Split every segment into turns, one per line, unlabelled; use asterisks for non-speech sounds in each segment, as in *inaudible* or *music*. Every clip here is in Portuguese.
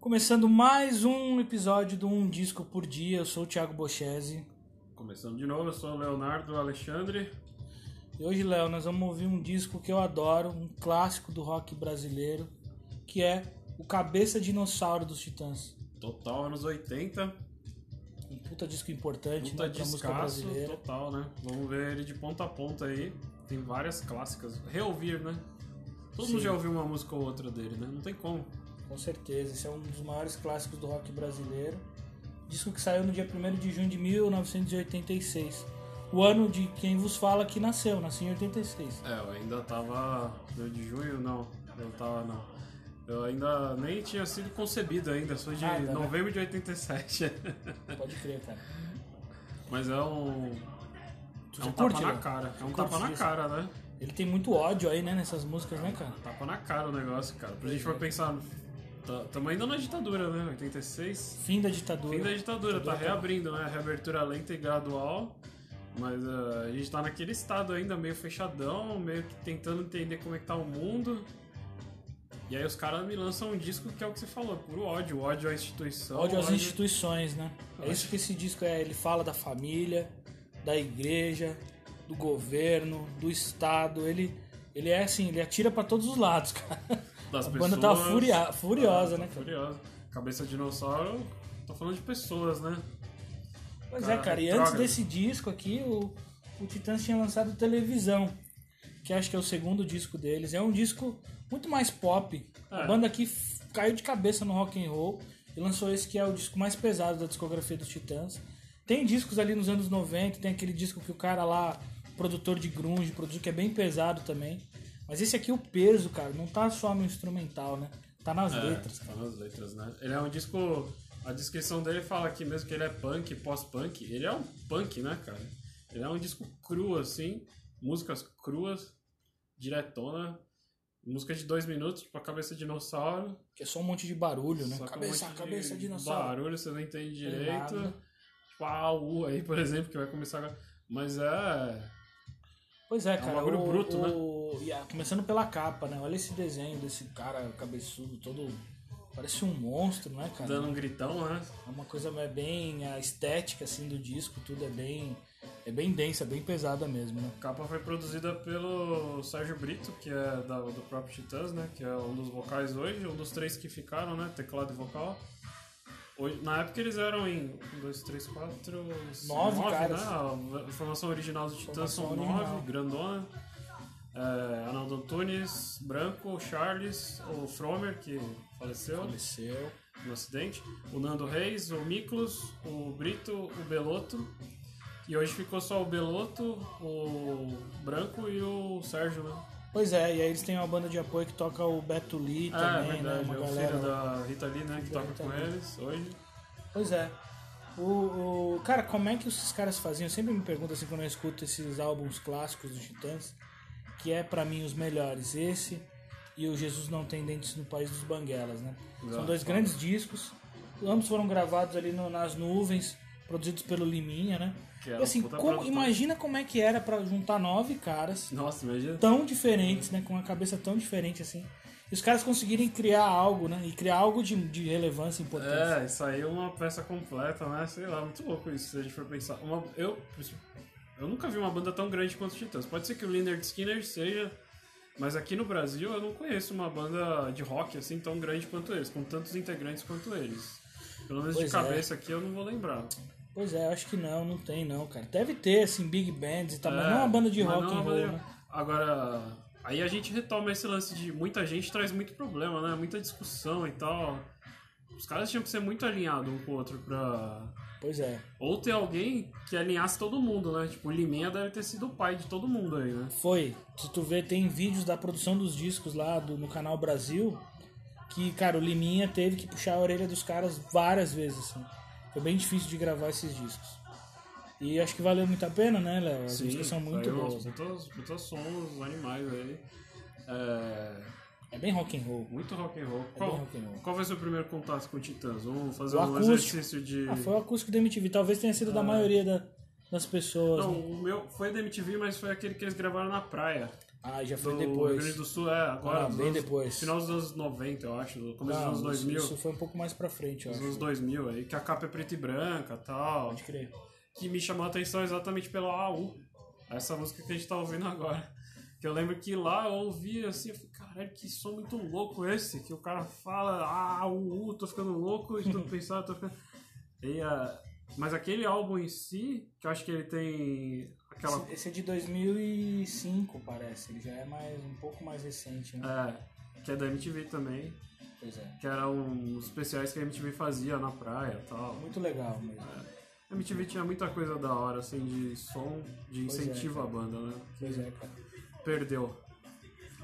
Começando mais um episódio do Um Disco por Dia, eu sou o Thiago Bochese.
Começando de novo, eu sou o Leonardo Alexandre.
E hoje, Léo, nós vamos ouvir um disco que eu adoro, um clássico do rock brasileiro, que é O Cabeça Dinossauro dos Titãs.
Total anos 80.
Um puta disco importante
Puta
né, pra música
descasso
brasileira.
total, né? Vamos ver ele de ponta a ponta aí. Tem várias clássicas. Reouvir, né? Todo mundo
Sim.
já ouviu uma música ou outra dele, né? Não tem como.
Com certeza, esse é um dos maiores clássicos do rock brasileiro. Disco que saiu no dia 1 de junho de 1986. O ano de quem vos fala que nasceu, nasci em 86.
É, eu ainda tava. Deu de junho? Não. Eu tava, não. Eu ainda nem tinha sido concebido ainda, sou de
Ah, tá, né?
novembro de 87.
Pode crer, cara.
*laughs* Mas é um.
Tu
É um
curte,
tapa na
Léo?
cara. É um
Você
tapa
curte
na
isso?
cara, né?
Ele tem muito ódio aí, né, nessas músicas, né, cara?
Tapa na cara o negócio, cara. Pra
É.
gente for pensar. tá- Tamo ainda na ditadura, né? 86.
Fim da ditadura.
Fim da ditadura, tá
Ditadura
reabrindo, né? Reabertura lenta e gradual. Mas ah, a gente tá naquele estado ainda meio fechadão, meio que tentando entender como é que tá o mundo. E aí os caras me lançam um disco que é o que você falou, puro ódio, ódio à instituição.
Ódio às instituições, né? É
Ódio.
isso que esse disco é. Ele fala da família, da igreja, do governo, do Estado. Ele, ele é assim, ele atira pra todos os lados, cara.
das
a
pessoas.
banda tá furia- furiosa,
Ah, tá
né, cara?
Furiosa. Cabeça de dinossauro, tá falando de pessoas, né?
Pois é,
Cara,
cara. E
droga. né?
antes desse disco aqui, o, o Titãs tinha lançado Televisão, que acho que é o segundo disco deles. É um disco muito mais pop. A
É.
banda aqui f- caiu de cabeça no rock and roll e lançou esse que é o disco mais pesado da discografia dos Titãs. Tem discos ali nos anos 90, tem aquele disco que o cara lá, produtor de grunge, produziu que é bem pesado também. Mas esse aqui, o peso, cara, não tá só no instrumental, né? Tá nas
É,
letras.
Tá nas letras, né? Ele é um disco. A descrição dele fala aqui mesmo que ele é punk, pós-punk. Ele é um punk, né, cara? Ele é um disco cru, assim. Músicas cruas, diretona. Música de dois minutos, tipo a cabeça de dinossauro.
Que é só um monte de barulho, né?
só com um
Cabeça,
monte
cabeça,
de
dinossauro.
Barulho, você não entende
Tem
direito.
nada.
Tipo a AU aí, por *laughs* exemplo, que vai começar agora. Mas é.
Pois é,
um
cara.
bagulho
o-
bruto, né?
o- e a- começando pela capa, né? Olha esse desenho desse cara cabeçudo, todo. Parece um monstro, né, cara?
Dando um gritão, né?
É uma coisa é bem a estética assim do disco, tudo é bem é bem densa, bem pesada mesmo, né?
A capa foi produzida pelo Sérgio Brito, que é da- do próprio Titãs, né? Que é um dos vocais hoje, um dos três que ficaram, né? Teclado e vocal. Hoje- na época eles eram em 1, 2, 3, 4,
Nove caras.
né? A a formação original dos Titãs
Formação
são
original.
nove, grandona. É, Arnaldo Antunes, Branco, Charles, o Fromer, que faleceu
Faleceu.
no acidente, o Nando Reis, o Miklos, o Brito, o Beloto. E hoje ficou só o Beloto, o Branco e o Sérgio, né?
Pois é, e aí eles têm uma banda de apoio que toca o Beto Lee também,
é verdade,
né? Uma
é o
galera-
filho da Rita Lee, né? Que
Da
toca
Rita
com
Lee.
eles hoje.
Pois é. O, o- Cara, como é que esses caras faziam? Eu sempre me pergunto assim quando eu escuto esses álbuns clássicos dos Titãs, que é pra mim os melhores. Esse e o Jesus Não Tem Dentes no País dos Banguelas, né? São
Exato.
dois grandes discos. Ambos foram gravados ali no- nas nuvens, produzidos pelo Liminha, né?
Que
E
era um
assim,
puta
como-
produtor.
imagina como é que era pra juntar nove caras
Nossa, imagina.
tão diferentes, né? Com uma cabeça tão diferente assim. E os caras conseguirem criar algo, né? E criar algo de, de relevância e importância.
É, isso aí é uma peça completa, né? Sei lá, muito louco isso, se a gente for pensar. Uma, eu, eu nunca vi uma banda tão grande quanto os Titãs. Pode ser que o Leonard Skinner seja, mas aqui no Brasil eu não conheço uma banda de rock assim tão grande quanto eles, com tantos integrantes quanto eles. Pelo menos
Pois
de
é.
cabeça aqui eu não vou lembrar.
Pois é, eu acho que não, não tem não, cara. Deve ter, assim, big bands e tal, mas
É,
não uma banda de
mas
rock
não
and
uma banda
roll,
de-
né?
Agora, aí a gente retoma esse lance de muita gente traz muito problema, né? Muita discussão e tal. Os caras tinham que ser muito alinhados um com o outro pra,
Pois é.
Ou ter alguém que alinhasse todo mundo, né? Tipo, o Liminha deve ter sido o pai de todo mundo aí, né?
Foi. Se tu vê, tem vídeos da produção dos discos lá do, no canal Brasil, que, cara, o Liminha teve que puxar a orelha dos caras várias vezes, assim. Foi bem difícil de gravar esses discos. E acho que valeu muito a pena, né, Léo? As músicas são muito
saiu
boas.
uns putas- putas sons animais aí. É,
É bem rock and roll.
muito rock and roll.
É
Qual,
bem rock and roll.
qual vai ser o primeiro contato com o Titãs? Vamos fazer
O
um
acústico.
exercício de.
Ah, foi o acústico da MTV. Talvez tenha
É.
sido da maioria da- das pessoas. né?
Não, o meu foi da MTV, mas foi aquele que eles gravaram na praia.
Ah, já foi
do Rio Grande
depois.
do Sul, é, agora.
Não,
dos
bem
anos-
depois.
Final dos anos 90, eu acho, no começo
Não,
dos anos
isso-
2000.
Isso foi um pouco mais pra frente, eu
Dos
acho.
anos 2000 aí, que a capa é preta e branca e tal.
Pode crer.
que me chamou a atenção exatamente pela AU, essa música que a gente tá ouvindo agora. Que eu lembro que lá eu ouvi assim, eu falei, caralho, que som muito louco esse, que o cara fala AU, tô ficando
*laughs*
louco, estou pensando, tô ficando. E, ah, mas aquele álbum em si, que eu acho que ele tem aquela.
Esse, esse é de 2005, parece. Ele já é mais um pouco mais recente, né?
É, que é da MTV também,
Pois é.
que eram os especiais que a MTV fazia na praia e tal.
Muito legal mesmo.
A MTV tinha muita coisa da hora, assim, de som, de
Pois é,
incentivo à
cara.
banda, né?
Pois é, cara.
Perdeu.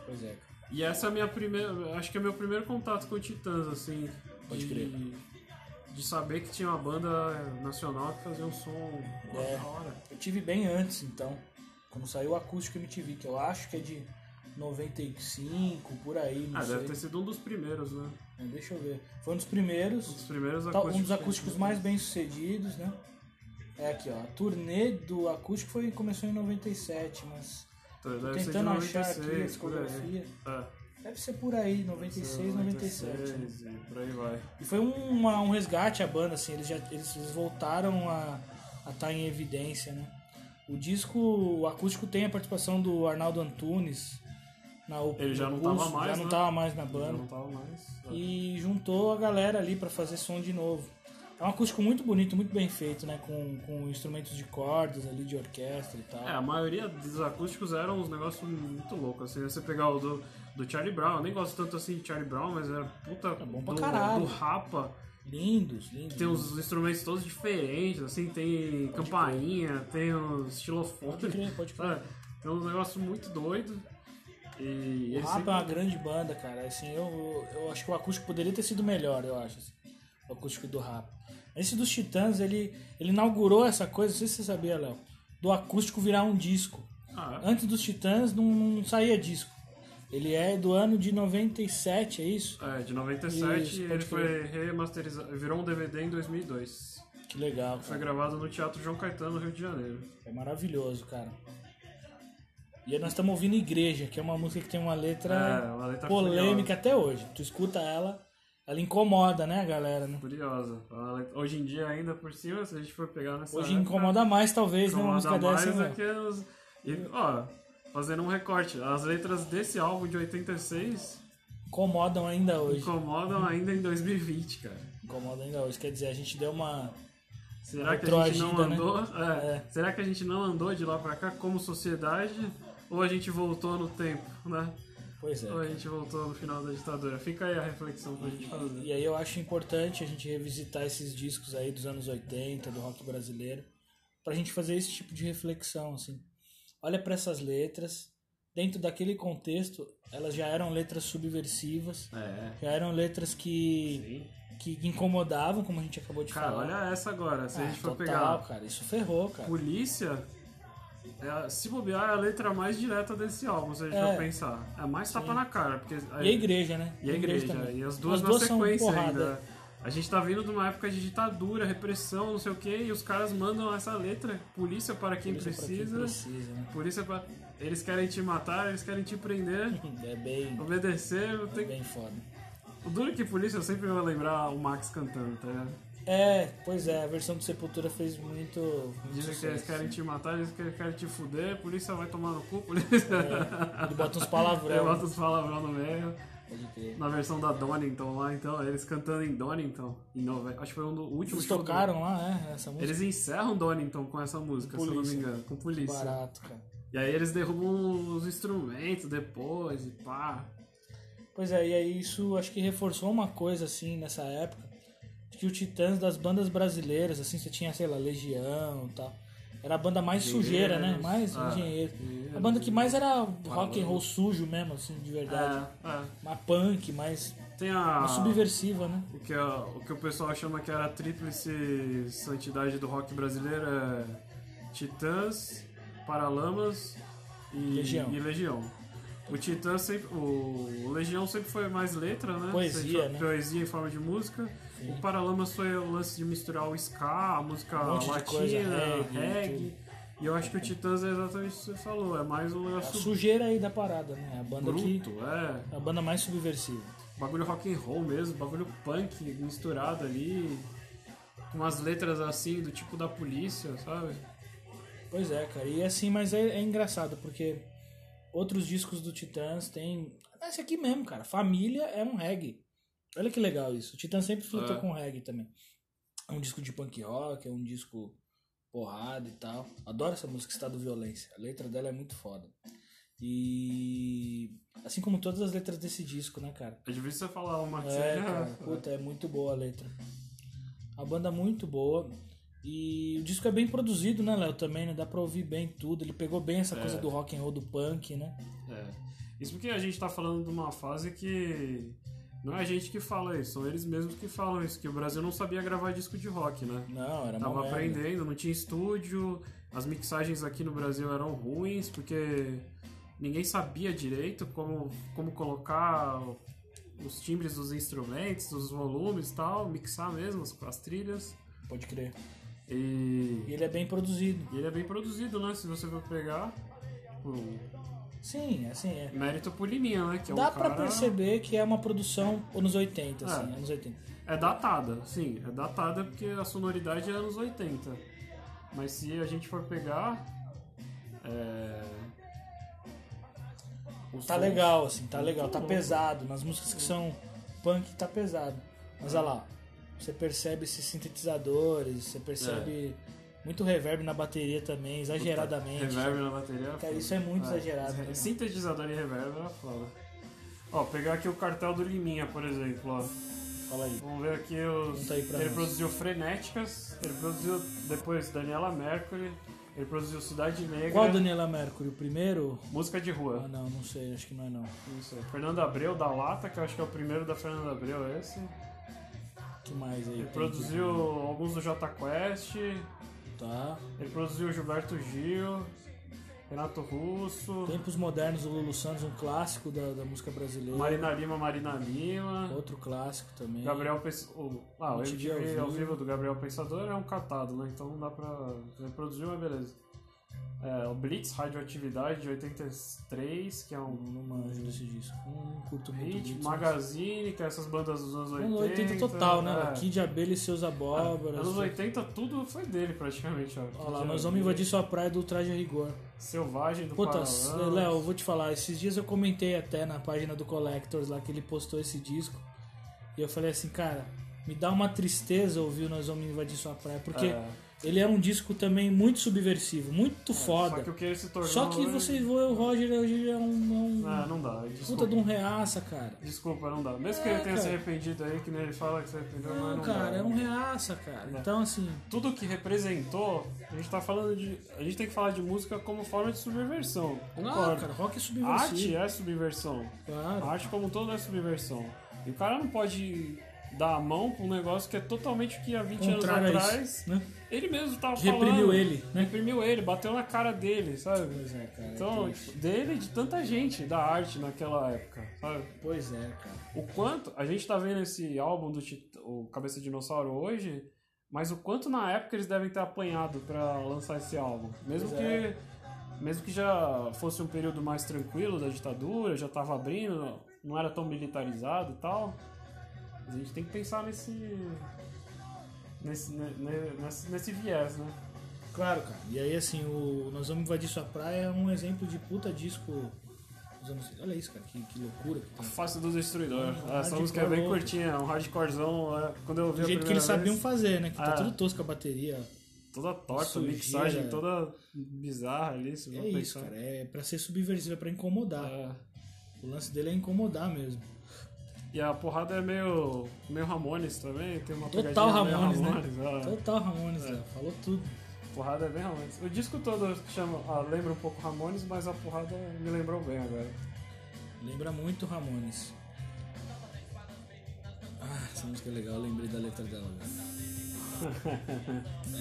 Pois é, cara.
E essa é a minha primeira. Acho que é meu primeiro contato com o Titãs, assim.
Pode
de,
crer.
De saber que tinha uma banda nacional que fazia um som pô,
É.
da hora.
Eu tive bem antes, então. Quando saiu o Acústico MTV, que eu acho que é de 95, por aí, não
Ah,
sei.
deve ter sido um dos primeiros, né?
Não, Deixa eu ver. Foi um dos
Um dos
primeiros,
primeiros
tal-
acústicos.
um dos acústicos mais bem sucedidos, né? É aqui, ó. A turnê do acústico foi, começou em 97, mas
Então,
tô
deve ser de
tentando achar aqui a
96, por aí.
discografia.
É,
Deve ser por aí, 96, 97. né?
96, e por aí vai.
E foi um, uma- um resgate à banda, assim, eles, já, eles, eles voltaram a estar em evidência, né? O disco, o acústico tem a participação do Arnaldo Antunes na o-
Ele já
no
não tava
Pulso,
mais,
já não
né?
tava mais na
Eu
banda.
não tava mais. é.
E juntou a galera ali para fazer som de novo. É um acústico muito bonito, muito bem feito, né? Com, com instrumentos de cordas ali, de orquestra e tal.
É, a maioria dos acústicos eram uns negócios muito loucos, assim, né? Você pegar o do, do Charlie Brown, eu nem gosto tanto assim de Charlie Brown, mas era puta
É bom pra
do,
caralho.
do Rapa.
Lindos, lindos.
Tem uns instrumentos todos diferentes, assim, tem campainha, tem uns Tipo, é,
Pode
xilofones, *laughs*
crer, pode crer.
sabe? Tem uns negócios um muito doidos. E
O
eles
Rapa é uma
sempre...
grande banda, cara. Assim, eu, eu acho que o acústico poderia ter sido melhor, eu acho. assim, o acústico do Rapa. Esse dos Titãs, ele, ele inaugurou essa coisa, não sei se você sabia, Léo, do acústico virar um disco.
Ah,
Antes dos Titãs não, não saía disco. Ele é do ano de 97, é isso?
é, de 97
Isso, pode
ele foi remasterizado, virou um DVD em 2002.
Que legal,
Foi
cara.
gravado no Teatro João Caetano, Rio de Janeiro.
É maravilhoso, cara. E aí nós estamos ouvindo Igreja, que é uma música que tem uma
É,
letra
uma letra
polêmica até hoje. Tu escuta ela, ela incomoda, né, a galera, né?
Curiosa. Ela- Hoje em dia, ainda por cima, se a gente for pegar nessa.
Hoje
época,
incomoda mais, talvez, né? Uma
né?
música
incomoda mais
dessa.
é
né?
do que os. E, ó, fazendo um recorte, as letras desse álbum de 86
Incomodam ainda hoje.
incomodam ainda em 2020, cara.
Incomodam ainda hoje. Quer dizer, a gente deu uma.
Será que a gente
Retroagida,
não
né?
andou? é, Será que a gente não andou de lá pra cá como sociedade? Ou a gente voltou no tempo, né?
Pois é.
Ou a gente voltou no final da ditadura? Fica aí a reflexão pra gente fazer.
E aí eu acho importante a gente revisitar esses discos aí dos anos 80, do rock brasileiro, pra gente fazer esse tipo de reflexão, assim. Olha pra essas letras, dentro daquele contexto, elas já eram letras subversivas,
É.
já eram letras que,
Sim.
que incomodavam, como a gente acabou de
Cara,
falar.
olha essa agora. Se a
Ah,
gente for
total,
pegar
cara, isso ferrou, cara.
Polícia, é a- se bobear é a letra mais direta desse álbum, se a gente
É.
for pensar. É mais tapa na cara, porque.
E a igreja, né?
E a igreja,
também.
e as duas, na
são
sequência
porrada,
ainda. A gente tá vindo de uma época de ditadura, repressão, não sei o que, e os caras mandam essa letra, polícia para quem
Polícia pra quem
precisa,
precisa, né? *laughs*
polícia para... Eles querem te matar, eles querem te prender,
É bem,
obedecer,
é
tem...
bem foda.
O duro é que polícia eu sempre vou lembrar o Max cantando, tá ligado?
É, pois é, a versão do Sepultura fez muito. muito
Dizem que é eles
sucesso.
querem te matar, eles que- querem te fuder, polícia vai tomar no cu, polícia...
Ele bota uns
*laughs* Eu
palavrões.
boto os palavrão no meio.
Pode crer.
Na versão da Donington lá, então, eles cantando em Donington. Em Nova... Acho que foi um do último
Eles
show do-
tocaram lá, né? Essa música.
Eles encerram Donington com essa música, se eu não me
Polícia.
engano, com polícia.
Barato, cara.
E aí eles derrubam os instrumentos depois e pá.
Pois é, e aí isso acho que reforçou uma coisa, assim, nessa época. de Que o Titãs das bandas brasileiras, assim, você tinha, sei lá, Legião e tal. Era a banda mais
Engenheiros.
sujeira, né? Mais
Ah,
engenheiro.
engenheiros.
A banda que mais era rock and roll sujo mesmo, assim, de verdade.
É,
Uma punk, mais
é. Tem a.
mais subversiva, né?
O que, a- o que o pessoal chama que era a tríplice santidade do rock brasileiro é Titãs, Paralamas e
Legião.
e Legião. O Titãs sempre. O Legião sempre foi mais letra, né?
Poesia,
Sempre foi
né?
Poesia em forma de música. O Paralamas foi o lance de misturar o ska, a música
Um monte de
latina,
coisa, reggae,
reggae. E eu acho que o Titãs é exatamente isso que você falou. É mais um
A
negócio
sujeira aí da parada, né? A banda que.
bruto, é.
A banda mais subversiva.
Bagulho rock and roll mesmo, bagulho punk misturado ali. Com umas letras assim, do tipo da polícia, sabe?
Pois é, cara. E assim, mas é, é engraçado, porque outros discos do Titãs tem. Esse aqui mesmo, cara. Família é um reggae. Olha que legal isso. O Titãs sempre flutou
É.
com reggae também. É um disco de punk rock, é um disco porrada e tal. Adoro essa música Estado Violência. A letra dela é muito foda. E. Assim como todas as letras desse disco, né, cara?
É difícil você falar uma que
É,
seja.
cara, puta, é muito boa a letra. A banda é muito boa. E o disco é bem produzido, né, Léo? Também, né? Dá pra ouvir bem tudo. Ele pegou bem essa coisa do rock and roll, do punk, né?
É. Isso porque a gente tá falando de uma fase que. Não é a gente que fala isso, são eles mesmos que falam isso, que o Brasil não sabia gravar disco de rock, né?
Não, é. era uma
Tava
merda.
aprendendo, não tinha estúdio, as mixagens aqui no Brasil eram ruins, porque ninguém sabia direito como, como colocar os timbres dos instrumentos, os volumes e tal, mixar mesmo as, as trilhas.
Pode crer.
E,
E ele é bem produzido.
e ele é bem produzido, né? Se você for pegar, tipo,
Sim, assim é.
mérito pro Liminha, né? Que é um
Dá pra
cara-
perceber que é uma produção anos 80, assim,
É.
anos 80.
É datada, sim, é datada porque a sonoridade é anos 80. Mas se a gente for pegar. É... os
Tá
sons-
legal, assim, tá
Muito
legal, tá
louco.
pesado. Nas músicas que são punk, tá pesado. Mas olha lá, você percebe esses sintetizadores, você percebe muito reverb na bateria também, exageradamente.
É. Reverb na bateria. é
Cara,
foda.
isso é muito exagerado, né?
Sintetizador e reverb era foda. Ó, pegar aqui o cartel do Liminha, por exemplo, ó.
Fala aí.
Vamos ver aqui os.
Conta aí pra
ele
nós.
produziu Frenéticas, ele produziu depois Daniela Mercury, ele produziu Cidade Negra.
Qual Daniela Mercury? O primeiro?
Música de rua.
Ah, não, não sei, acho que não é não.
Não sei. Fernando Abreu da Lata, que eu acho que é o primeiro da Fernando Abreu é esse.
que mais aí?
Ele
Tem
produziu alguns do Jota Quest,
que- Tá.
ele produziu Gilberto Gil, Renato Russo,
Tempos Modernos, o Lulu Santos, um clássico da, da música brasileira.
Marina Lima, Marina Lima,
Outro clássico também.
Gabriel Pensador. Ah, o
MTV
MTV
ao
ao vivo
vivo
do Gabriel Pensador é um catado, né? Então não dá pra. Ele produziu, mas beleza. É, o Blitz Radioatividade de 83, que é
Não,
um
não manjo desse disco. Não curto muito
hit,
Blitz, mas-
Magazine, que é essas bandas dos anos 80.
Anos 80 Um total, né?
é.
Kid Abelha e seus abóboras.
Anos 80 tudo foi dele praticamente, ó.
Olha lá, nós vamos invadir sua praia do traje a rigor.
Selvagem do
Puta, eh, é,
Paralamas.
Léo, eu vou te falar, esses dias eu comentei até na página do Collectors lá que ele postou esse disco. E eu falei assim, cara, me dá uma tristeza ouvir o Nós Vamos Invadir Sua Praia, porque
É.
ele é um disco também muito subversivo, muito
Só
foda.
que o que ele se tornou.
Só que
hoje-
vocês vão, o Roger hoje é um, é um
Ah, não dá. Desculpa.
puta de um reaça, cara.
Desculpa, não dá. Mesmo que
É,
ele tenha se
cara.
arrependido aí, que nem ele fala que se arrependeu, mas
Não,
não
cara,
dá.
é um reaça, cara.
É.
Então, assim,
Tudo que representou, a gente tá falando de. A gente tem que falar de música como forma de subversão.
claro,
Concordo.
cara, rock é
arte
subversivo.
é subversão.
Claro.
A arte como toda é subversão. E o cara não pode dar a mão pra um negócio que é totalmente o que há 20
Contrário
anos
a
atrás.
isso, né?
Ele mesmo tava falando.
Reprimiu ele, né?
Reprimiu ele, bateu na cara dele, sabe?
Pois é, cara.
Então,
é
tipo,
triste.
dele e de tanta gente da arte naquela época, sabe?
pois é, cara.
O quanto. A gente tá vendo esse álbum do Tit- o Cabeça de Dinossauro hoje, mas o quanto na época eles devem ter apanhado pra lançar esse álbum. Mesmo
Pois
que.
é.
Mesmo que já fosse um período mais tranquilo da ditadura, já tava abrindo, não era tão militarizado e tal. Mas a gente tem que pensar nesse. Nesse, ne- ne- nesse, nesse viés, né?
Claro, cara. E aí, assim, o Nós Vamos Invadir Sua Praia é um exemplo de puta disco dos anos... Olha isso, cara. Que, que loucura. que tá.
A
tem.
face do destruidor.
Um
Ah, Essa música é bem
hardcore louco.
curtinha, é um hardcorezão. é, Quando eu vi
Do
a
jeito que
primeira
eles sabiam
vez,
fazer, né? Que tá
Ah.
tudo tosco a bateria.
Toda torta,
Sujeira.
mixagem toda bizarra ali. Se
É
for
isso,
pensar.
cara. É pra ser subversivo, é pra incomodar.
Ah,
O lance dele é incomodar mesmo.
E a porrada é meio, meio Ramones também. Tem uma
Total
pegadinha meio
Ramones, né?
ah,
Total Ramones, Léo. Falou tudo.
A porrada é bem Ramones. O disco todo chama, ah, lembra um pouco Ramones, mas a porrada me lembrou bem agora.
Lembra muito Ramones. Ah, essa música é legal, eu lembrei da letra
*laughs*
dela. agora.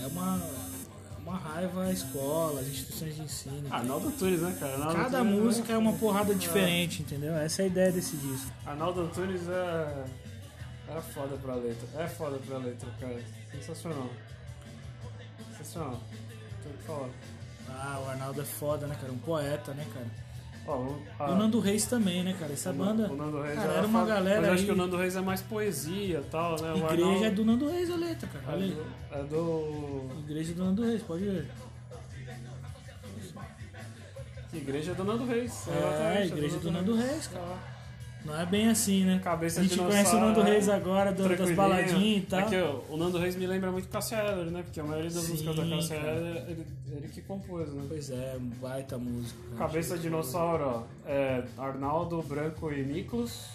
é uma, é uma raiva à escola, às instituições de ensino.
Arnaldo Antunes, né, cara? Arnaldo
Cada
Antunes,
música
né?
é uma porrada diferente, entendeu? Essa é a ideia desse disco.
Arnaldo Antunes é. É foda pra letra. É foda pra letra, cara. Sensacional. Sensacional. Tem o que falar.
Ah, o Arnaldo é foda, né, cara? Um poeta, né, cara?
Ó, o- a-
E o Nando Reis também, né, cara? Essa
Ah. o Nan-
banda.
o Nando Reis é
cara, era uma
fa-
galera.
Mas eu acho
aí-
que o Nando Reis é mais poesia e tal, né? o Arnaldo-
Igreja é do Nando Reis a letra, cara. Olha aí.
É do.
Igreja do Nando Reis, pode ver.
Igreja do Nando Reis.
É,
exatamente,
Igreja do Nando Reis, cara.
Ah,
Não é bem assim, né?
Cabeça
a gente
de
conhece o
dinossauro,
Nando Reis agora, do- das
tranquilinho.
baladinhas e tal.
É que o- o Nando Reis me lembra muito Cassia Eller, né? Porque a maioria das
Sim,
músicas da Cassia
cara.
Eller, ele, ele que compôs, né?
Pois é, um baita música. cara.
Cabeça de Dinossauro, ó. É, Arnaldo, Branco e Miklos.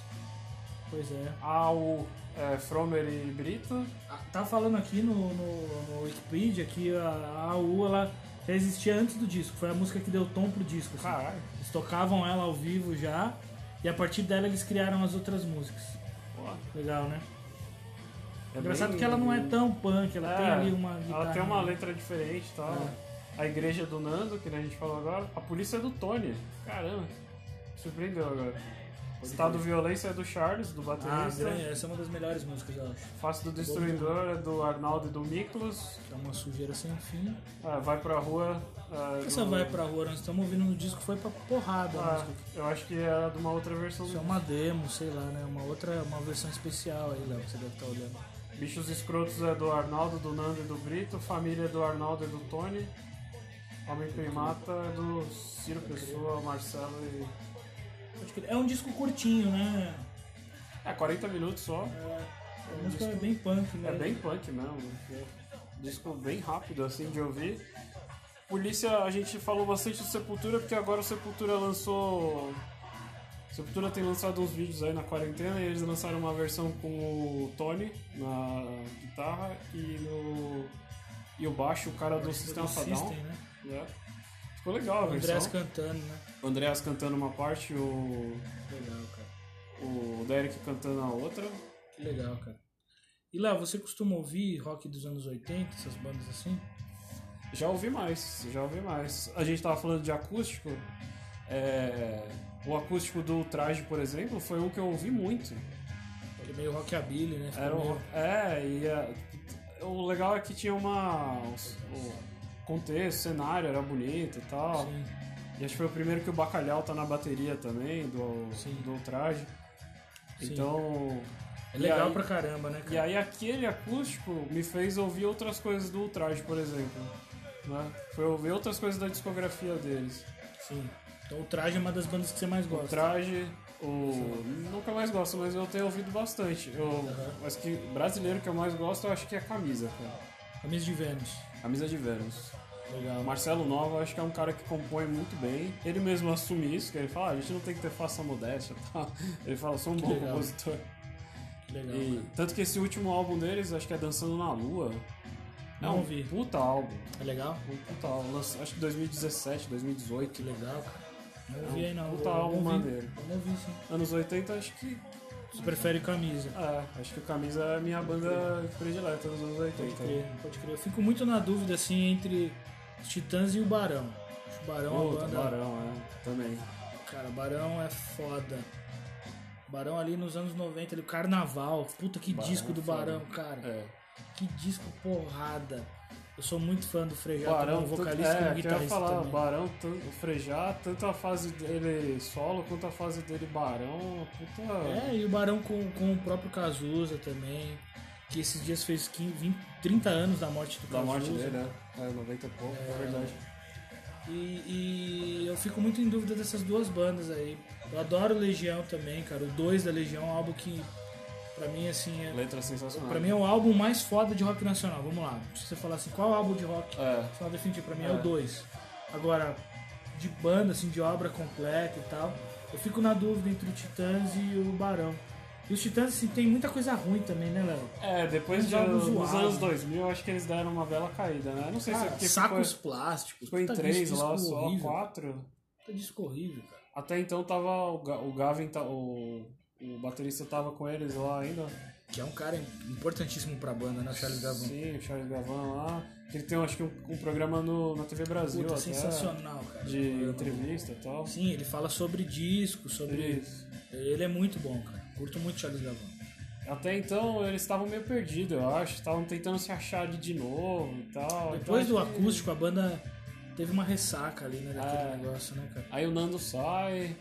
Pois é.
Ao é, Fromer e Brito.
Ah, Tá falando aqui no, no, no Wikipedia que a, a AU ela já existia antes do disco. Foi a música que deu tom pro disco. assim.
Caralho.
Eles tocavam ela ao vivo já e a partir dela eles criaram as outras músicas.
Pô,
Legal, né?
é
Engraçado
bem-
que ela não é tão punk, ela tem
É,
ali uma guitarra. É.
Ela tem uma
né?
letra diferente e tal. A igreja do Nando, que a gente falou agora. A polícia é do Tony. Caramba, surpreendeu agora. Estado Violência é do Charles, do
Ah,
baterista.
grande, essa é uma das melhores músicas, eu acho.
Face do Destruidor é do Arnaldo e do Miklos.
É uma sujeira sem fim.
Ah, vai pra rua. ah,
Essa
do-
vai pra rua, nós estamos ouvindo no disco, foi pra porrada. a
Ah,
música.
eu acho que é de uma outra versão
Isso é
do
uma demo, sei lá, né? Uma outra, uma versão especial aí, Léo, que você deve estar olhando.
Bichos Escrotos é do Arnaldo, do Nando e do Brito. Família é do Arnaldo e do Tony. Homem Primata é do Ciro Pessoa, Marcelo e.
Acho que- É um disco curtinho, né?
É, 40 minutos só.
É, a música é bem punk, né?
um É bem punk mesmo. é Disco bem rápido, assim, de ouvir. Polícia, a gente falou bastante do Sepultura, porque agora o Sepultura lançou... Sepultura tem lançado uns vídeos aí na quarentena e eles lançaram uma versão com o Tony na guitarra e no... E o baixo, o cara do Sistema
Do
Fadão.
System, né?
né? Ficou legal a
O Andrés
versão.
cantando, né?
O Andreas cantando uma parte, o,
Legal, cara.
o Derek cantando a outra.
Que legal, cara. E lá, você costuma ouvir rock dos anos 80, essas bandas assim?
Já ouvi mais, já ouvi mais. A gente tava falando de acústico. é, O acústico do traje, por exemplo, foi um que eu ouvi muito.
Ele é meio rockabilly, né? Fica
Era um...
meio-
É, e é, o legal é que tinha uma. O contexto, o cenário era bonito e tal.
Sim.
E acho que foi o primeiro que o bacalhau tá na bateria também, do,
Sim.
do traje.
Sim.
Então.
É
e
legal
aí-
pra caramba, né, cara?
E aí aquele acústico me fez ouvir outras coisas do Ultraje, por exemplo. Né? Foi ouvir outras coisas da discografia deles.
Sim. Então o Traje é uma das bandas que você mais
O
gosta.
Traje, o... Nunca mais gosto, mas eu tenho ouvido bastante. Eu... Mas que brasileiro que eu mais gosto, eu acho que é a Camisa, cara.
Camisa de Vênus.
Camisa de Vênus.
Legal.
O Marcelo Nova, eu acho que é um cara que compõe muito bem. Ele mesmo assume isso, que ele fala, "Ah, a gente não tem que ter falsa modéstia, *laughs* tá? Ele fala, sou um bom
legal.
compositor.
Que legal.
E-
cara.
tanto que esse último álbum deles, acho que é Dançando na Lua. É
Não
um
vi.
puta álbum.
É legal?
Um puta álbum. Lançou- Acho que 2017,
Que
2018.
legal, cara. Não
É
ouvi
um
aí não. Tá,
puta
Eu não
álbum
ouvi.
maneiro.
Eu não ouvi, sim.
Anos 80, acho que.
Você prefere camisa?
É, acho que o Camisa é a minha banda predileta dos anos
Pode
80.
crer, pode crer. Eu fico muito na dúvida, assim, entre os Titãs e o Barão. Acho que o Barão é uma
Puta,
banda...
Barão, é. Também.
Cara, Barão é foda. Barão ali nos anos 90, ali, o Carnaval. Puta que
Barão
disco do
é foda.
Barão, cara.
É.
Que disco porrada. Eu sou muito fã do Frejá,
Barão,
como
tanto-
vocalista
é,
como
que eu ia
guitarrista
falar,
também.
Barão, tanto, o Frejá, tanto a fase dele solo quanto a fase dele Barão, puta.
É, e o Barão com, com o próprio Cazuza também. Que esses dias fez 15, 20, 30 anos da morte do
Da
Cazuza.
morte dele, né? É, 90 e pouco, é verdade.
E, e eu fico muito em dúvida dessas duas bandas aí. Eu adoro Legião também, cara. O 2 da Legião é um álbum que, pra mim, assim, é,
Letra sensacional.
pra mim é o álbum mais foda de rock nacional. Vamos lá. Se você falar assim, qual álbum de rock
É.
nacional definitivo? Pra mim é,
É.
o 2. Agora, de banda, assim, de obra completa e tal, eu fico na dúvida entre o Titãs e o Barão. E os Titãs, assim, tem muita coisa ruim também, né, Léo?
É, depois
Uns
de,
jogos
dos
zoados.
anos 2000, acho que eles deram uma bela caída, né? Não sei se é
Cara,
porque
Ah, sacos
ficou,
plásticos.
ficou em
puta
três
disco
lá só,
horrível,
quatro.
Puta disco horrível, cara.
Até então tava o, Ga- o Gavin, ta- o, o baterista tava com eles lá ainda.
Que é um cara importantíssimo pra banda, né? O Charles Gavin.
Sim, o Charles Gavan lá. Que ele tem, acho que, um, um programa no, na TV Brasil
Puta,
até,
sensacional, cara.
de entrevista e tal.
Sim, ele fala sobre discos, sobre.
Eles-
Ele é muito bom, cara. Curto muito Charles Gavin.
até então eles estavam meio perdidos, eu acho. Estavam tentando se achar de, de novo e tal.
Depois
Então,
do
acho que-
acústico, a banda teve uma ressaca ali, né, daquele
Ah.
negócio, né, cara?
Aí o Nando sai.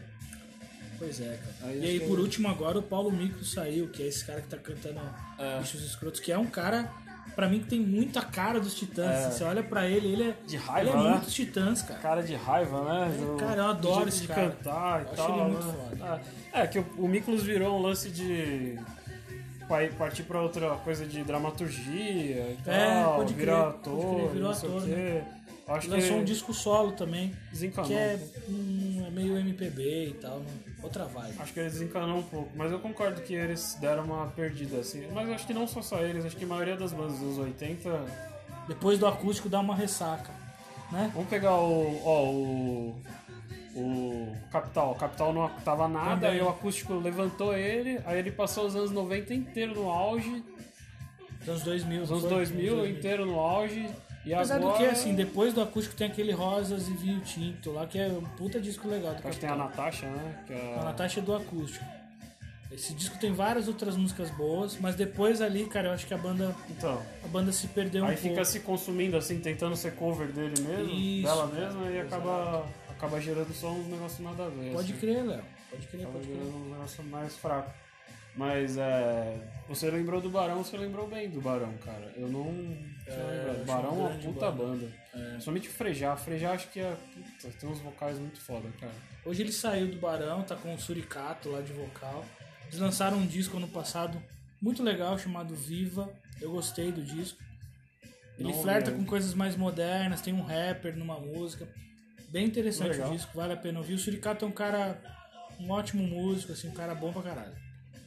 Pois é, cara.
Aí
e aí,
acho
por
que-
último, agora o Paulo Micro saiu, que é esse cara que tá cantando
É.
Bichos Escrotos, que é um cara, pra mim, que tem muita cara dos Titãs. assim, Você olha pra ele, ele é,
De raiva,
ele é
né?
muito Titãs, cara.
Cara de raiva, né? Do-
É, cara, eu
do
adoro
jeito
esse
de
cara.
cantar e
Eu acho
tal.
ele muito
né?
foda.
É, é, que o, o Miklos virou um lance de. vai partir pra outra coisa de dramaturgia e tal.
É, pode crer,
virar
pode
ator.
crer, virou
não sei
ator, né?
o quê. Acho
Lançou
que é
um disco solo também,
desencanou.
que é,
um pouco.
hum, é meio MPB e tal, né? outra vibe.
Acho que ele desencanou um pouco, mas eu concordo que eles deram uma perdida, assim. Mas acho que não só só eles, acho que a maioria das bandas dos 80
Depois do acústico dá uma ressaca, né?
Vamos pegar o. Ó, o. O Capital. O Capital não tava nada,
Também.
aí o acústico levantou ele, aí ele passou os anos 90 inteiro no auge,
Dos anos 2000.
os anos
foi?
2000 inteiro no auge, e
Apesar
agora.
do que, assim, depois do acústico tem aquele Rosas e Vinho Tinto lá, que é um puta disco legal. Do
Acho que tem a Natasha, né? Que é-
A Natasha é do acústico. Esse disco tem várias outras músicas boas, mas depois ali, cara, eu acho que a banda,
Então.
a banda se perdeu
aí
um
fica
pouco.
se consumindo, assim, tentando ser cover dele mesmo,
Isso, é,
dela mesma, e acaba, acaba gerando só uns negócios nada a ver.
Pode
assim.
crer, Léo. Pode crer,
Tava
pode crer.
virando um negócio mais fraco. Mas é. Você lembrou do Barão, você lembrou bem do Barão, cara. Eu não. tinha
É,
lembrado.
eu acho
Barão é
um
uma
grande É.
puta
banda.
banda. Principalmente o Frejá. Frejá acho que é. Puta, tem uns vocais muito foda, cara.
Hoje ele saiu do Barão, tá com o Suricato lá de vocal. Eles lançaram um disco ano passado muito legal chamado Viva. Eu gostei do disco. Ele
Não
flerta
ouvi
com coisas mais modernas, tem um rapper numa música. Bem interessante
Legal.
o disco, vale a pena ouvir. O Suricato é um cara, um ótimo músico, assim, um cara bom pra caralho.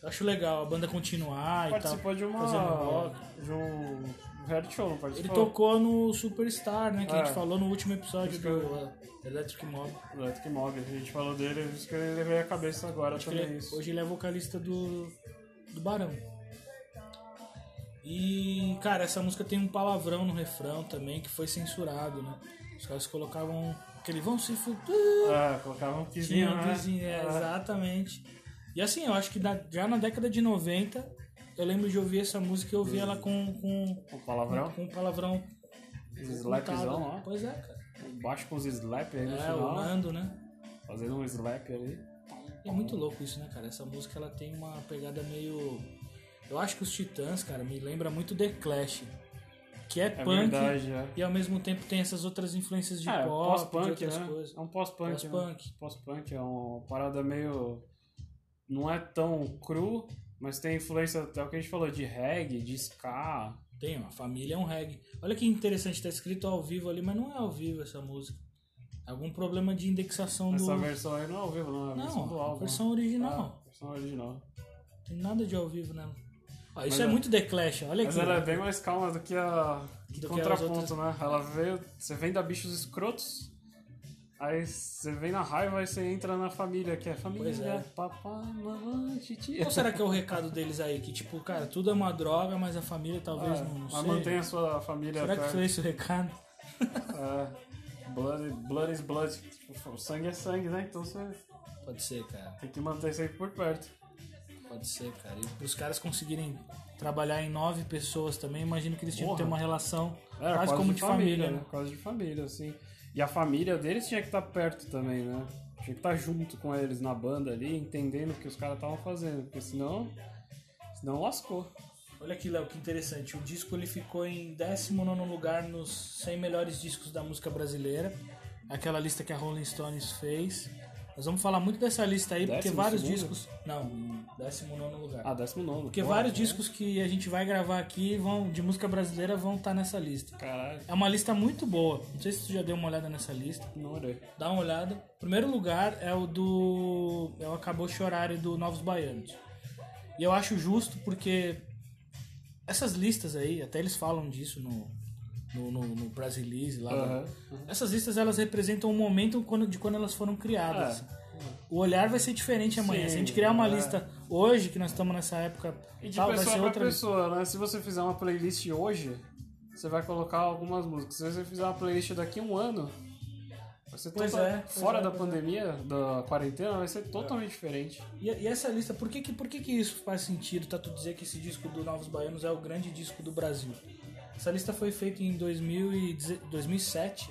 Eu acho legal a banda continuar e
Participou
tal.
de
fazer
uma.
rock.
De um. um reality show, não
Ele
participou?
tocou no Superstar, né? Que a
É.
gente falou no último episódio
Isso que
do uh, Electric Mob.
Do Electric Mob. A gente falou dele, por isso que ele veio a cabeça agora
Acho que
também.
ele-
isso.
hoje ele é vocalista do, do Barão. E, cara, essa música tem um palavrão no refrão também que foi censurado, né? Os caras colocavam aquele vão se fuder.
É, colocava um
Tinha
pizinho,
um
né?
vizinho, é,
É.
exatamente. E assim, eu acho que da- já na década de 90, eu lembro de ouvir essa música e eu ouvi ela com, com,
O É. palavrão.
com um palavrão.
Os slapzão
contado.
lá.
Pois é, cara.
Baixo com os slap aí
É,
no
o
final.
Nando, né?
Fazendo um slap ali.
E É muito louco isso, né, cara? Essa música ela tem uma pegada meio. Eu acho que os Titãs, cara, me lembra muito The Clash, que é,
É
punk
verdade, é.
e ao mesmo tempo tem essas outras influências de pop,
é,
de
pós-punk,
outras
né?
coisas.
É um pós-punk.
Pós-punk.
Né? Pós-punk é uma parada meio. Não é tão cru, mas tem influência até o que a gente falou de reggae, de ska.
Tem, ó, a família é um reggae. Olha que interessante, tá escrito ao vivo ali, mas não é ao vivo essa música. Algum problema de indexação
Essa
do.
versão aí não é ao vivo, não. É a versão do
Não,
álbum.
a versão
original.
original.
versão original.
Não Tem nada de ao vivo nela. Ó,
Mas
isso é
é-
muito The Clash, olha
Mas
aqui.
ela é bem mais calma do que a. Que
Do que as
contraponto,
outras.
né? Ela veio. Você vem da bichos escrotos. Aí você vem na raiva aí você entra na família, que é família,
Pois é.
papai, mamãe, titia.
Qual será que é o recado deles aí? Que tipo, cara, tudo é uma droga, mas a família talvez
É,
não, não
mas
seja.
mantém tá? a sua família
Será que
perto.
foi esse o recado?
É, blood, blood is blood. Tipo, sangue é sangue, né? Então você
Pode ser, cara.
tem que manter isso aí por perto.
Pode ser, cara. E pros caras conseguirem trabalhar em nove pessoas também, imagino que eles tinham que ter
Porra.
uma relação
Era
quase
É, quase
como de família, né?
Quase de família, assim. E a família deles tinha que estar perto também, né? Tinha que estar junto com eles na banda ali, entendendo o que os caras estavam fazendo, porque senão. Senão lascou.
Olha aqui, Léo, que interessante. O disco ele ficou em 19 lugar nos 100 melhores discos da música brasileira. Aquela lista que a Rolling Stones fez. Nós vamos falar muito dessa lista aí, porque
Décimo
vários
segundo?
discos. Não, 19 lugar.
Ah, 19.
porque vários discos que a gente vai gravar aqui vão de música brasileira vão estar nessa lista.
Caralho,
É uma lista muito boa. Não sei se tu já deu uma olhada nessa lista.
não olhei.
Dá uma olhada. Primeiro lugar é o do. É o Acabou Chorário do Novos Baianos. E eu acho justo porque essas listas aí, até eles falam disso no, no, no, no Brasilize lá. né?
Aham.
Essas listas elas representam o momento quando, de quando elas foram criadas. assim.
É.
O olhar vai ser diferente amanhã.
Sim,
Se a gente criar uma
é.
lista hoje, que nós estamos nessa época,
E de
tal, Tá, vai
pessoa
ser
pra
outra lista.
pessoa, né? Se você fizer uma playlist hoje, você vai colocar algumas músicas. Se você fizer uma playlist daqui a um ano, vai ser
Pois
total-
é, pois
fora
é,
da
pois é.
pandemia, da quarentena, vai ser totalmente diferente.
E, e essa lista, por que, que, por que, que isso faz sentido, tá? Tu dizer que esse disco do Novos Baianos é o grande disco do Brasil? Essa lista foi feita em 2000 e deze- 2007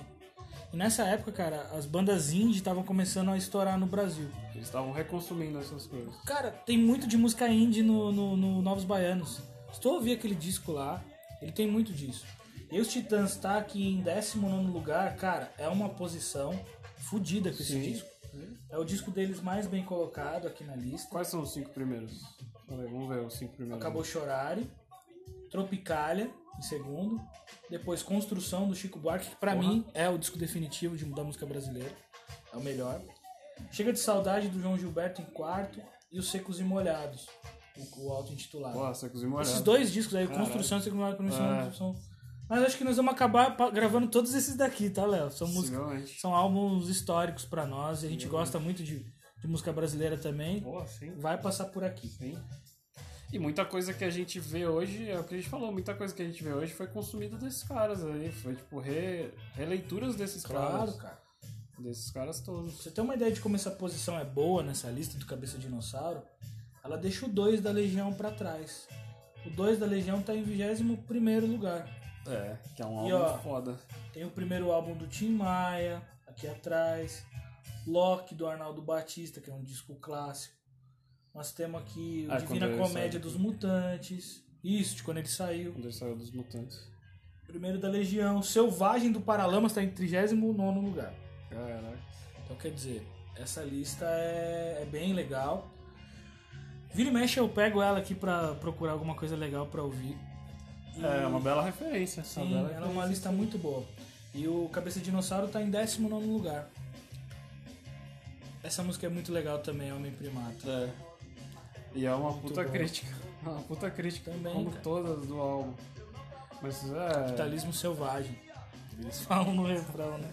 E nessa época, cara, as bandas indie estavam começando a estourar no Brasil.
Eles estavam reconsumindo essas coisas.
Cara, tem muito de música indie no, no, no Novos Baianos. Estou ouvindo aquele disco lá, ele tem muito disso. E os Titãs tá aqui em 19 lugar, cara, é uma posição fodida com esse
Sim.
disco. É o disco deles mais bem colocado aqui na lista.
Quais são os cinco primeiros? Falei, vamos ver os cinco primeiros.
Acabou Chorare, Tropicália em segundo, depois Construção do Chico Buarque, que pra
Porra.
mim é o disco definitivo de, da música brasileira, é o melhor. Chega de Saudade do João Gilberto em quarto e os Secos e Molhados, o, o auto-intitulado.
Boa, Secos e Molhados.
Esses dois discos aí,
Caralho.
Construção e Secos e Molhados, pra mim são,
É.
são- Mas acho que nós vamos acabar pa- gravando todos esses daqui, tá, Léo? São músicas
Possivelmente.
são álbuns históricos pra nós e a gente gosta muito de, de música brasileira também.
Boa, sim.
Vai passar por aqui.
Sim. E muita coisa que a gente vê hoje, é o que a gente falou, muita coisa que a gente vê hoje foi consumida desses caras aí. Foi tipo re- releituras desses
Claro,
caras.
cara.
Desses caras todos.
Pra você ter uma ideia de como essa posição é boa nessa lista do Cabeça de Dinossauro, ela deixa o 2 da Legião pra trás. O 2 da Legião tá em 21 lugar.
É, que é um
E,
álbum
ó,
foda.
Tem o primeiro álbum do Tim Maia, aqui atrás. Loki, do Arnaldo Batista, que é um disco clássico. Nós temos aqui o
Ah, quando
Divina
ele saiu.
Comédia dos Mutantes. Isso, de quando ele saiu.
Quando ele saiu dos mutantes.
Primeiro da Legião. Selvagem do Paralamas tá em 39 lugar.
Caraca.
Então quer dizer, essa lista é, é bem legal. Vira e mexe, eu pego ela aqui pra procurar alguma coisa legal pra ouvir. E,
É, uma bela referência.
sim,
uma bela
ela é uma lista muito boa. E o Cabeça de Dinossauro tá em 19 lugar. Essa música é muito legal também, Homem Primata.
É. E é uma puta
bom.
crítica. *laughs* Uma puta crítica,
Também,
como
cara.
todas do álbum. Mas é.
Capitalismo Selvagem. Eles falam no refrão, né?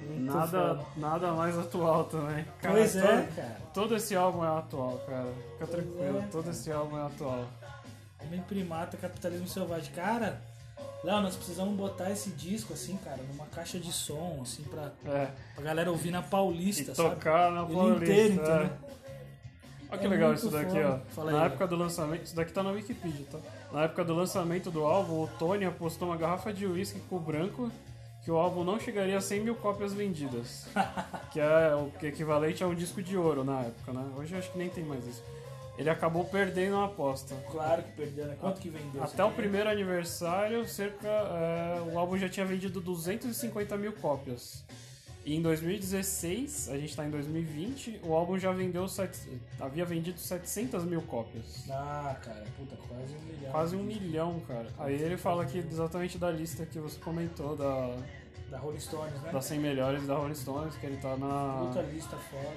Muito
nada,
foda.
nada mais atual também. Cara,
pois é,
todo-
cara.
Todo esse álbum é atual, cara. Fica tranquilo,
é,
todo esse álbum é atual.
Homem primata, capitalismo selvagem. Cara, Léo, nós precisamos botar esse disco, assim, cara, numa caixa de som, assim, pra,
É.
pra galera ouvir na Paulista,
E
sabe?
tocar na
Ele
Paulista.
inteiro,
é.
entendeu?
Olha que
É
legal
muito
isso daqui,
foda.
ó.
Fala
na
aí,
época do lançamento, isso daqui tá na Wikipedia, tá? Na época do lançamento do álbum, o Tony apostou uma garrafa de uísque com branco que o álbum não chegaria a 100 mil
*laughs*
cópias vendidas. que é o que é equivalente a um disco de ouro na época, né? Hoje eu acho que nem tem mais isso. Ele acabou perdendo a aposta.
Claro que perdeu, né? Quanto que vendeu?
é. Até o
Você
primeiro aniversário, cerca é, o álbum já tinha vendido 250 mil cópias. E em 2016, a gente está em 2020, o álbum já vendeu sete- havia vendido 700 mil cópias.
tem? Ah, cara, puta, quase um milhão.
Quase um milhão, cara. Aí ele fala aqui exatamente da lista que você comentou, da,
Da Rolling Stones, né?
das 100 melhores da Rolling Stones, que ele tá
Puta
na,
lista foda.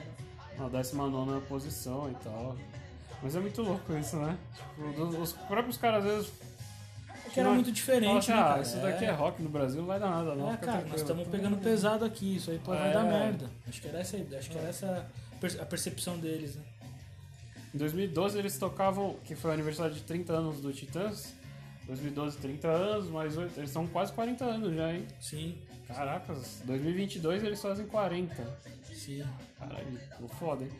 É
na 19 posição e tal. Mas é muito louco isso, né? Tipo, dos- os próprios caras às vezes
É que era muito diferente, né,
Fala assim, ah,
cara?
isso daqui é rock no Brasil, não vai dar nada, não.
É,
fica
cara, nós
tranquilo.
estamos pegando pesado aqui, isso aí pode
É.
dar merda. Acho que era essa, a ideia, acho que era essa a per- a percepção deles, né?
Em 2012 eles tocavam, que foi o aniversário de 30 anos do Titãs. 2012, 30 anos, mais 8. Eles são quase 40 anos já, hein?
Sim,
Caracas, 2022 eles fazem 40.
sim.
Caralho, ficou foda, hein?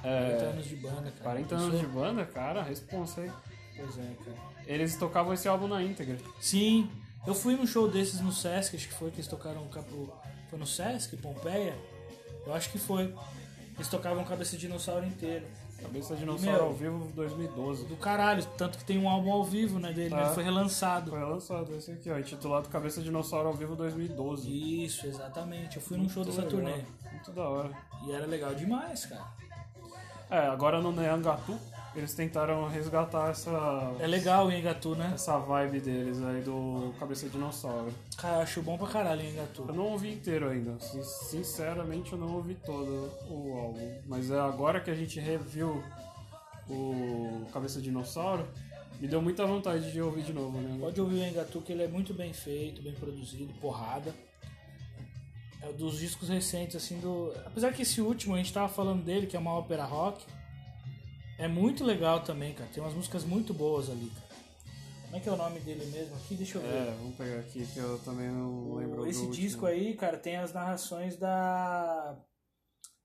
40
É,
anos de banda, cara. é
40 anos de banda, cara, responsa, hein?
Pois é, cara.
Eles tocavam esse álbum na íntegra.
Sim, eu fui num show desses no Sesc, acho que foi que eles tocaram. capo- Foi no Sesc, Pompeia? Eu acho que foi. Eles tocavam Cabeça de Dinossauro inteiro.
Cabeça de Dinossauro
Meu.
ao vivo 2012.
Do caralho, tanto que tem um álbum ao vivo, né, dele, né?
É.
Ele foi relançado.
Foi lançado esse aqui, ó, intitulado Cabeça de Dinossauro ao vivo 2012.
Isso, exatamente. Eu fui num show dessa
Muito
turnê.
legal, Muito da hora.
E era legal demais, cara.
É, agora no Neangatu, eles tentaram resgatar essa,
É legal o Engatu, né?
essa vibe deles aí do Cabeça de Dinossauro.
Cara, eu acho bom pra caralho o
Eu
Engatu.
não ouvi inteiro ainda, sin- sinceramente eu não ouvi todo o álbum. Mas é agora que a gente reviu o Cabeça de Dinossauro, me deu muita vontade de ouvir de novo, né?
Pode ouvir o Engatu, que ele é muito bem feito, bem produzido, porrada. É um dos discos recentes, assim, do. Apesar que esse último, a gente tava falando dele, que é uma ópera rock. É muito legal também, cara. Tem umas músicas muito boas ali, cara. Como é que é o nome dele mesmo aqui? Deixa eu ver.
É, vamos pegar aqui que eu também não lembro
Esse
do
disco
último.
aí, cara, tem as narrações da.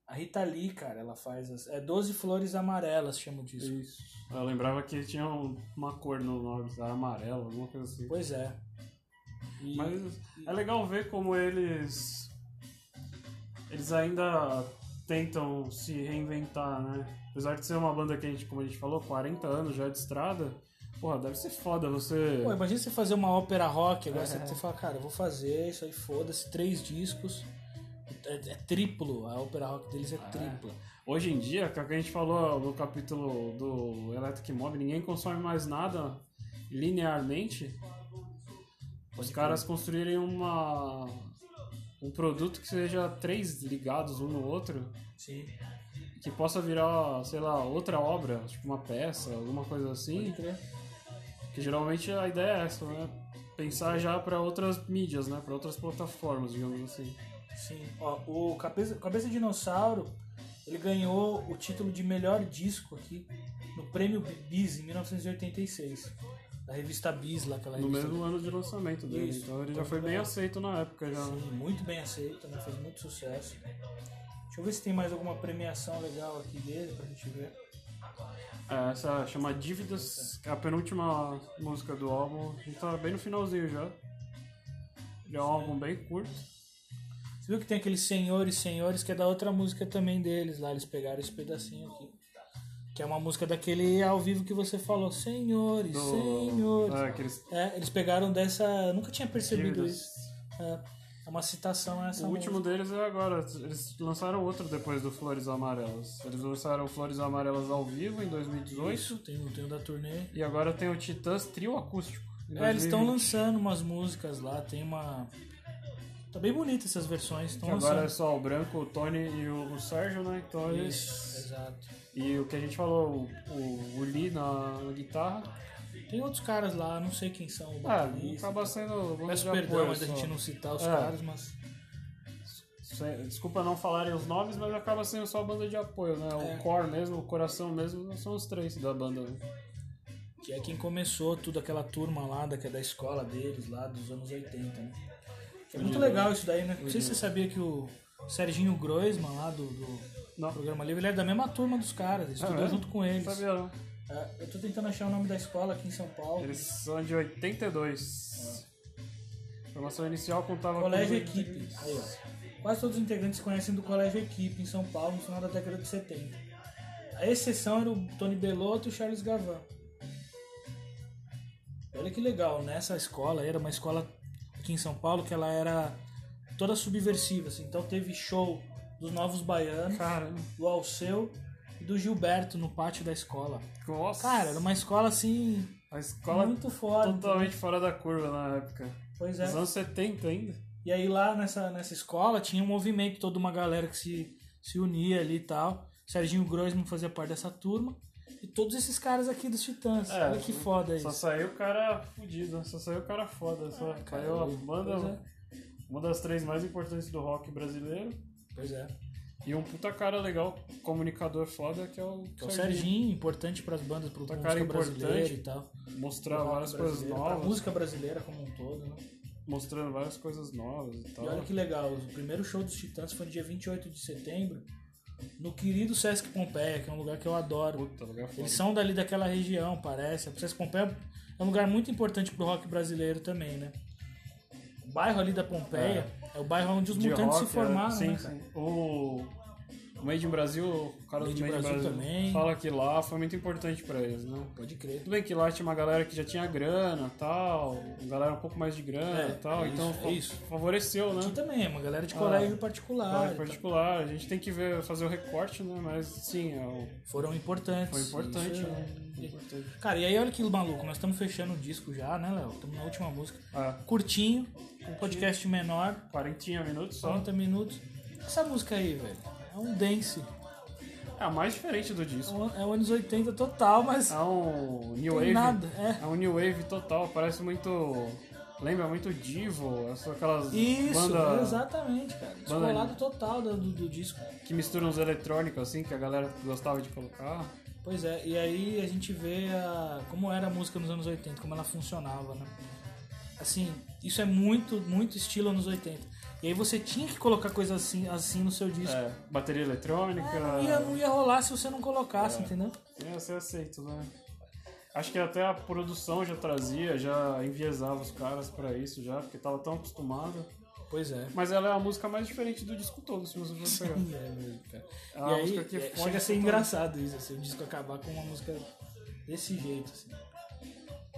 A Rita Lee, cara, ela faz as. É 12 Flores Amarelas, chama o disco.
Isso. Eu lembrava que tinha um- uma cor no nome, era amarelo, alguma coisa assim.
Pois é. E-
Mas é legal ver como eles eles ainda tentam se reinventar, né? Apesar de ser uma banda que a gente, como a gente falou, 40 anos já de estrada, porra, deve ser foda você.
Pô, imagina você fazer uma ópera rock, agora você, você fala, cara, eu vou fazer isso aí, foda-se, três discos. É, é triplo, a ópera rock deles é tripla.
Hoje em dia, que é o que a gente falou no capítulo do Electric Mob, ninguém consome mais nada linearmente. Os caras construírem uma um produto que seja três ligados um no outro,
Sim.
que possa virar, sei lá, outra obra, tipo uma peça, alguma coisa assim. Que geralmente a ideia é essa, né? Pensar já para outras mídias, né? Para outras plataformas, digamos assim.
Sim. Ó, o Cabeça, Cabeça Dinossauro, ele ganhou o título de melhor disco aqui no Prêmio Biz em 1986. Da revista Biz, lá aquela
No
revista.
mesmo ano de lançamento dele.
é Isso.
Então ele já foi bem aceito na época já. né?
Sim, muito bem aceito, né? fez muito sucesso. Deixa eu ver se tem mais alguma premiação legal aqui dele pra gente ver.
É, essa chama Dívidas, a penúltima música do álbum. A gente tá bem no finalzinho já. Ele é um álbum bem curto.
Você viu que tem aqueles Senhores, Senhores, que é da outra música também deles lá. Eles pegaram esse pedacinho aqui. Que é uma música daquele ao vivo que você falou. Senhores,
Do...
Senhores.
É, aqueles
É, eles pegaram dessa. eu Nunca tinha percebido
dívidas.
isso. É, é uma citação a essa
O
música.
último deles é agora. Eles lançaram outro depois do Flores Amarelas. Eles lançaram Flores Amarelas ao vivo em 2018.
Isso, tem, o- tem o da turnê.
E agora tem o Titãs Trio Acústico. em
É, eles estão
2020.
lançando umas músicas lá, tem uma. Tá bem bonita essas versões, estão
Que Agora é
lançando.
só o Branco, o Tony e o Sérgio, né? Então
Isso,
eles...
exato.
E o que a gente falou, o, o, o Lee na, na guitarra.
Tem outros caras lá, não sei quem são. o
Ah,
baterista.
acaba sendo. banda
Peço
de
perdão
apoio
mas da
só.
gente não citar os
É.
caras, mas.
Se- Desculpa não falarem os nomes, mas acaba sendo só a banda de apoio, né?
É.
O core mesmo, o coração mesmo, são os três da banda. né?
Que é quem começou tudo aquela turma lá, da, que é da escola deles, lá dos anos 80, né? Que É
Uhum.
muito legal isso daí, né? Não sei se você sabia que o Serginho Groisman, lá do, do
Não.
programa livre, ele é da mesma turma dos caras, ele estudou
mesmo?
junto com eles.
Sabia, não?
É, eu tô tentando achar o nome da escola aqui em São Paulo.
Eles são de 82. A formação inicial contava
Colégio
com...
Equipe. Aí, ó. Quase todos os integrantes conhecem do Colégio Equipe em São Paulo no final da década de 70. A exceção era o Tony Bellotto e o Charles Gavan. Olha que legal, nessa escola, era uma escola aqui em São Paulo que ela era toda subversiva, assim. então teve show dos Novos Baianos,
Cara,
do Alceu e do Gilberto no pátio da escola.
nossa.
Cara, era uma escola assim,
A escola
muito foda.
totalmente fora da curva na época.
Pois é.
Nos anos 70 ainda.
E aí lá nessa, nessa escola tinha um movimento, toda uma galera que se, se unia ali e tal. Serginho Groisman fazia parte dessa turma. E todos esses caras aqui dos Titãs.
É,
Olha que foda
Só
isso. Ah,
saiu o cara fudido, só saiu o cara foda. Só saiu a
pois
banda,
é.
uma das três mais importantes do rock brasileiro.
Pois é.
E um puta cara legal, comunicador foda, que é o,
Então, o Serginho, importante pras bandas, pro música
cara
brasileira
importante,
e tal.
Mostrar
Rock
várias coisas
brasileiro, pra
novas.
música brasileira como um todo, né?
Mostrando várias coisas novas e tal.
E olha que legal, o primeiro show dos Titãs foi no dia 28 de setembro, no querido Sesc Pompeia, que é um lugar que eu adoro.
Puta, lugar foda.
Eles são dali daquela região, parece. A Princesa Pompeia é um lugar muito importante pro rock brasileiro também, né? O bairro ali da Pompeia é, o bairro onde os
De
mutantes
rock,
se formaram,
é, sim,
né? cara?
sim. O o Made in Brasil, o cara
Made
do
in
Made in
Brasil
Brasil,
também.
fala que lá foi muito importante pra eles, né?
Pode crer.
Tudo bem que lá tinha uma galera que já tinha grana tal, galera um pouco mais de grana
É,
tal,
é
então
isso, é
fa-
isso.
favoreceu, né?
Aqui também, é uma galera de colégio particular.
Claro, particular, a gente tem que ver, fazer o recorte, né? Mas sim, é o-
Foram importantes.
foi importante,
Isso é-
né? Foi importante.
Cara, e aí olha que maluco, nós estamos fechando o disco já, né, Léo? Estamos na última música.
Ah,
Curtinho, um podcast menor,
40 minutos só.
40 minutos. Essa música aí, velho, é um dance.
É a mais diferente do
É
disco.
um- É o anos 80 total, mas
É um new
tem
wave.
nada. É.
É um new wave total, parece muito. Lembra muito Divo, essa- aquelas
Isso,
bandas
exatamente, cara. Descolado total do, do- do disco.
que misturam os eletrônicos assim, que a galera gostava de colocar.
Pois é, e aí a gente vê a- como era a música nos anos 80, como ela funcionava, né? Assim, isso é muito, muito estilo anos 80. E aí você tinha que colocar coisa assim, assim no seu disco.
É, bateria eletrônica.
Não, ia, não ia rolar se você não colocasse, entendeu?
É, você aceita, né? Acho que até a produção já trazia, já enviesava os caras pra isso já, porque tava tão acostumado.
Pois é.
Mas ela é a música mais diferente do disco todo, se você
*laughs*
for pegar.
Sim, é mesmo, cara.
É uma
e aí,
música que
é,
foge
chega a ser
totalmente.
engraçado isso, assim, o disco acabar com uma música desse jeito, assim.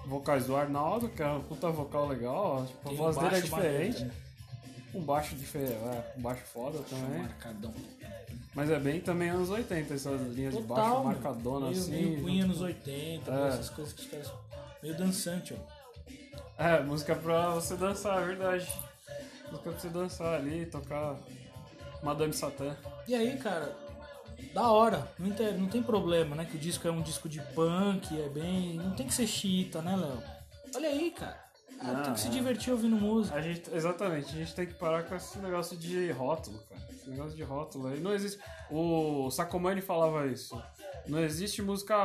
Vocais do Arnaldo, que é uma puta vocal legal, ó. Tipo, a
Tem um
voz dele é
baixo maneiro,
diferente.
né?
Um baixo diferente, é, um baixo foda também.
Marcadão.
Mas é bem também anos 80, essas linhas de baixo
Total, meu.
marcadona
meio,
assim.
Meio Queen
junto-
anos 80,
É.
essas coisas que os caras... Meio dançante, ó.
É, música pra você dançar, é verdade. Música pra você dançar ali, tocar Madame Satã.
E aí, cara, da hora. Não, inter- não tem problema, né? Que o disco é um disco de punk, é bem... Não tem que ser chita, né, Léo? Olha aí, cara. Ah,
Ah,
tem que se
é.
divertir ouvindo música.
A gente, exatamente, a gente tem que parar com esse negócio de rótulo, cara. Esse negócio de rótulo aí. Não existe. O Sacomani falava isso. Não existe música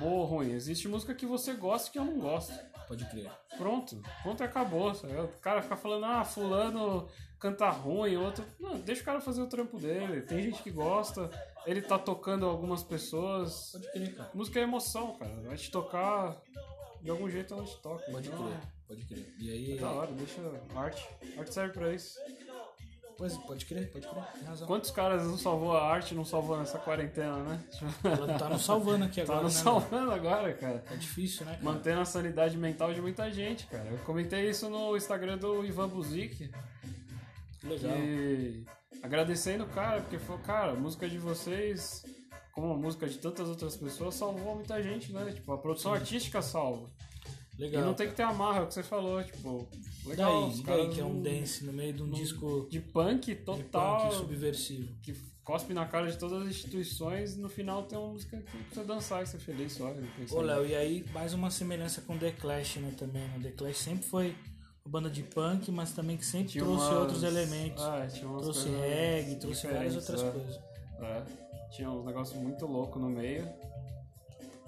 boa ou ruim, existe música que você gosta e que eu não gosto.
Pode crer.
Pronto, pronto e acabou. sabe? O cara fica falando, ah, fulano canta ruim, outro. Não, deixa o cara fazer o trampo dele. Tem gente que gosta, ele tá tocando algumas pessoas.
Pode crer, cara.
Música é emoção, cara. Vai te tocar. De algum jeito ela te toca.
Pode
então,
crer. Pode crer. E
É da
aí...
hora, deixa arte. Arte serve pra isso.
Pois, pode crer, pode crer. Tem razão.
Quantos caras não salvou a arte, não salvou nessa quarentena, né? *laughs*
Ela tá nos salvando aqui
tá
agora,
nos
né?
salvando agora, cara.
Léo? É difícil, né? cara?
Mantendo a sanidade mental de muita gente, cara. Eu comentei isso no Instagram do Ivan Buzik,
Legal.
E agradecendo o cara, porque falou, cara, a música de vocês, como a música de tantas outras pessoas, salvou muita gente, né? Tipo, a produção artística salva.
Legal.
E não tem que ter amarra, é o que você falou, tipo,
E
legal.
daí,
os
e daí
caras
que é um
não-
dance no meio de um disco
de punk
de
total,
punk é subversivo.
que cospe na cara de todas as instituições, e no final tem uma música que você dançar, que você é feliz, só. não tem
Ô,
que-
Léo, e aí mais uma semelhança com The Clash, né, também. né? The Clash sempre foi uma banda de punk, mas também que sempre
Tinha
trouxe
umas-
outros elementos.
É, tinha umas
trouxe
coisas
reggae, trouxe várias
diferentes,
outras
é.
coisas.
É, tinha uns negócios muito loucos no meio.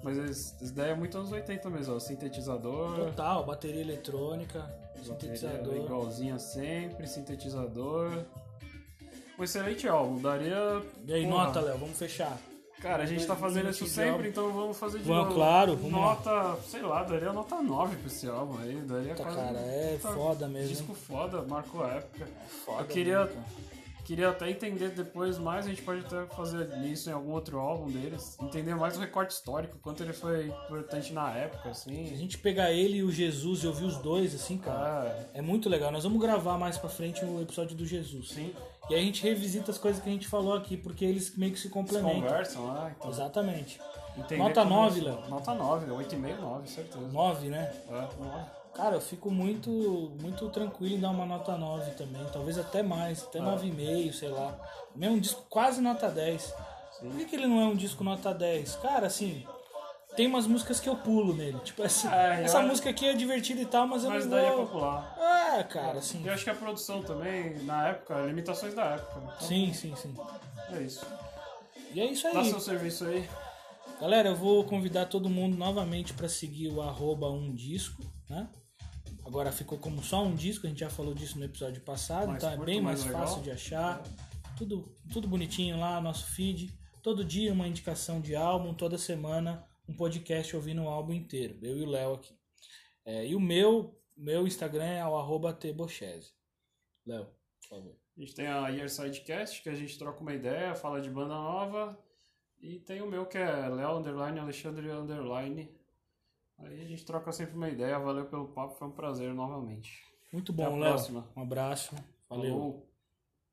Mas esse- isso daí é muito anos 80 mesmo, ó. Sintetizador,
Total, bateria eletrônica,
bateria é
sintetizador.
igualzinha sempre, sintetizador. Um excelente álbum, daria.
E aí,
porra,
nota, Léo, vamos fechar.
Cara, a gente tá fazendo isso
Minutinhos de
sempre,
álbum.
então vamos fazer de
Vamos,
novo.
claro, vamos lá.
Nota, sei lá, daria nota 9 pra esse álbum aí. Daria
Puta,
quase-
cara, é
Puta,
foda mesmo, É
Disco foda, marcou a época.
Foda
Eu queria,
mesmo, cara.
queria até entender depois mais, a gente pode até fazer isso em algum outro álbum deles. Entender mais o recorte histórico, quanto ele foi importante na época,
Se a
assim.
gente pegar ele e o Jesus e ouvir os dois, assim, cara,
Ah,
é muito legal. Nós vamos gravar mais pra frente o episódio do Jesus.
sim.
E aí a gente revisita as coisas que a gente falou aqui, porque eles meio que se
Eles
complementam.
conversam lá, então.
Exatamente.
entender
Nota
como-
9, Léo.
Nota 9, 8,5, 9, certeza.
9, né?
É, 9.
Cara, eu fico muito muito tranquilo em dar uma nota 9 também. Talvez até mais,
Ah.
até 9,5, sei lá. Também é um disco quase nota 10. Por que, que ele não é um disco nota 10? Cara, assim, tem umas músicas que eu pulo nele. Tipo, essa,
É, eu
essa
acho-
música aqui é divertida e tal, mas eu
Mas é
não
daria
vou...
popular.
É, cara, assim...
E eu acho que a produção também, na época, limitações da época. Então,
Sim, sim, sim.
É isso.
E é isso aí.
Dá seu serviço aí.
Galera, eu vou convidar todo mundo novamente para seguir o arroba um disco, né? Agora ficou como só um disco, a gente já falou disso no episódio passado,
Mais
então é
curto,
bem mais,
mais legal.
fácil de achar. Tudo, tudo bonitinho lá, nosso feed. Todo dia uma indicação de álbum, toda semana um podcast ouvindo o álbum inteiro. Eu e o Léo aqui. É, e o meu, meu Instagram é o arroba tebochese. Léo, por favor.
A gente tem a Yearsidecast, que a gente troca uma ideia, fala de banda nova. E tem o meu que é Léo Underline, Alexandre Underline. Aí a gente troca sempre uma ideia. Valeu pelo papo, foi um prazer novamente.
Muito
Até
bom,
a
Léo.
próxima.
Um abraço. Valeu.
Falou.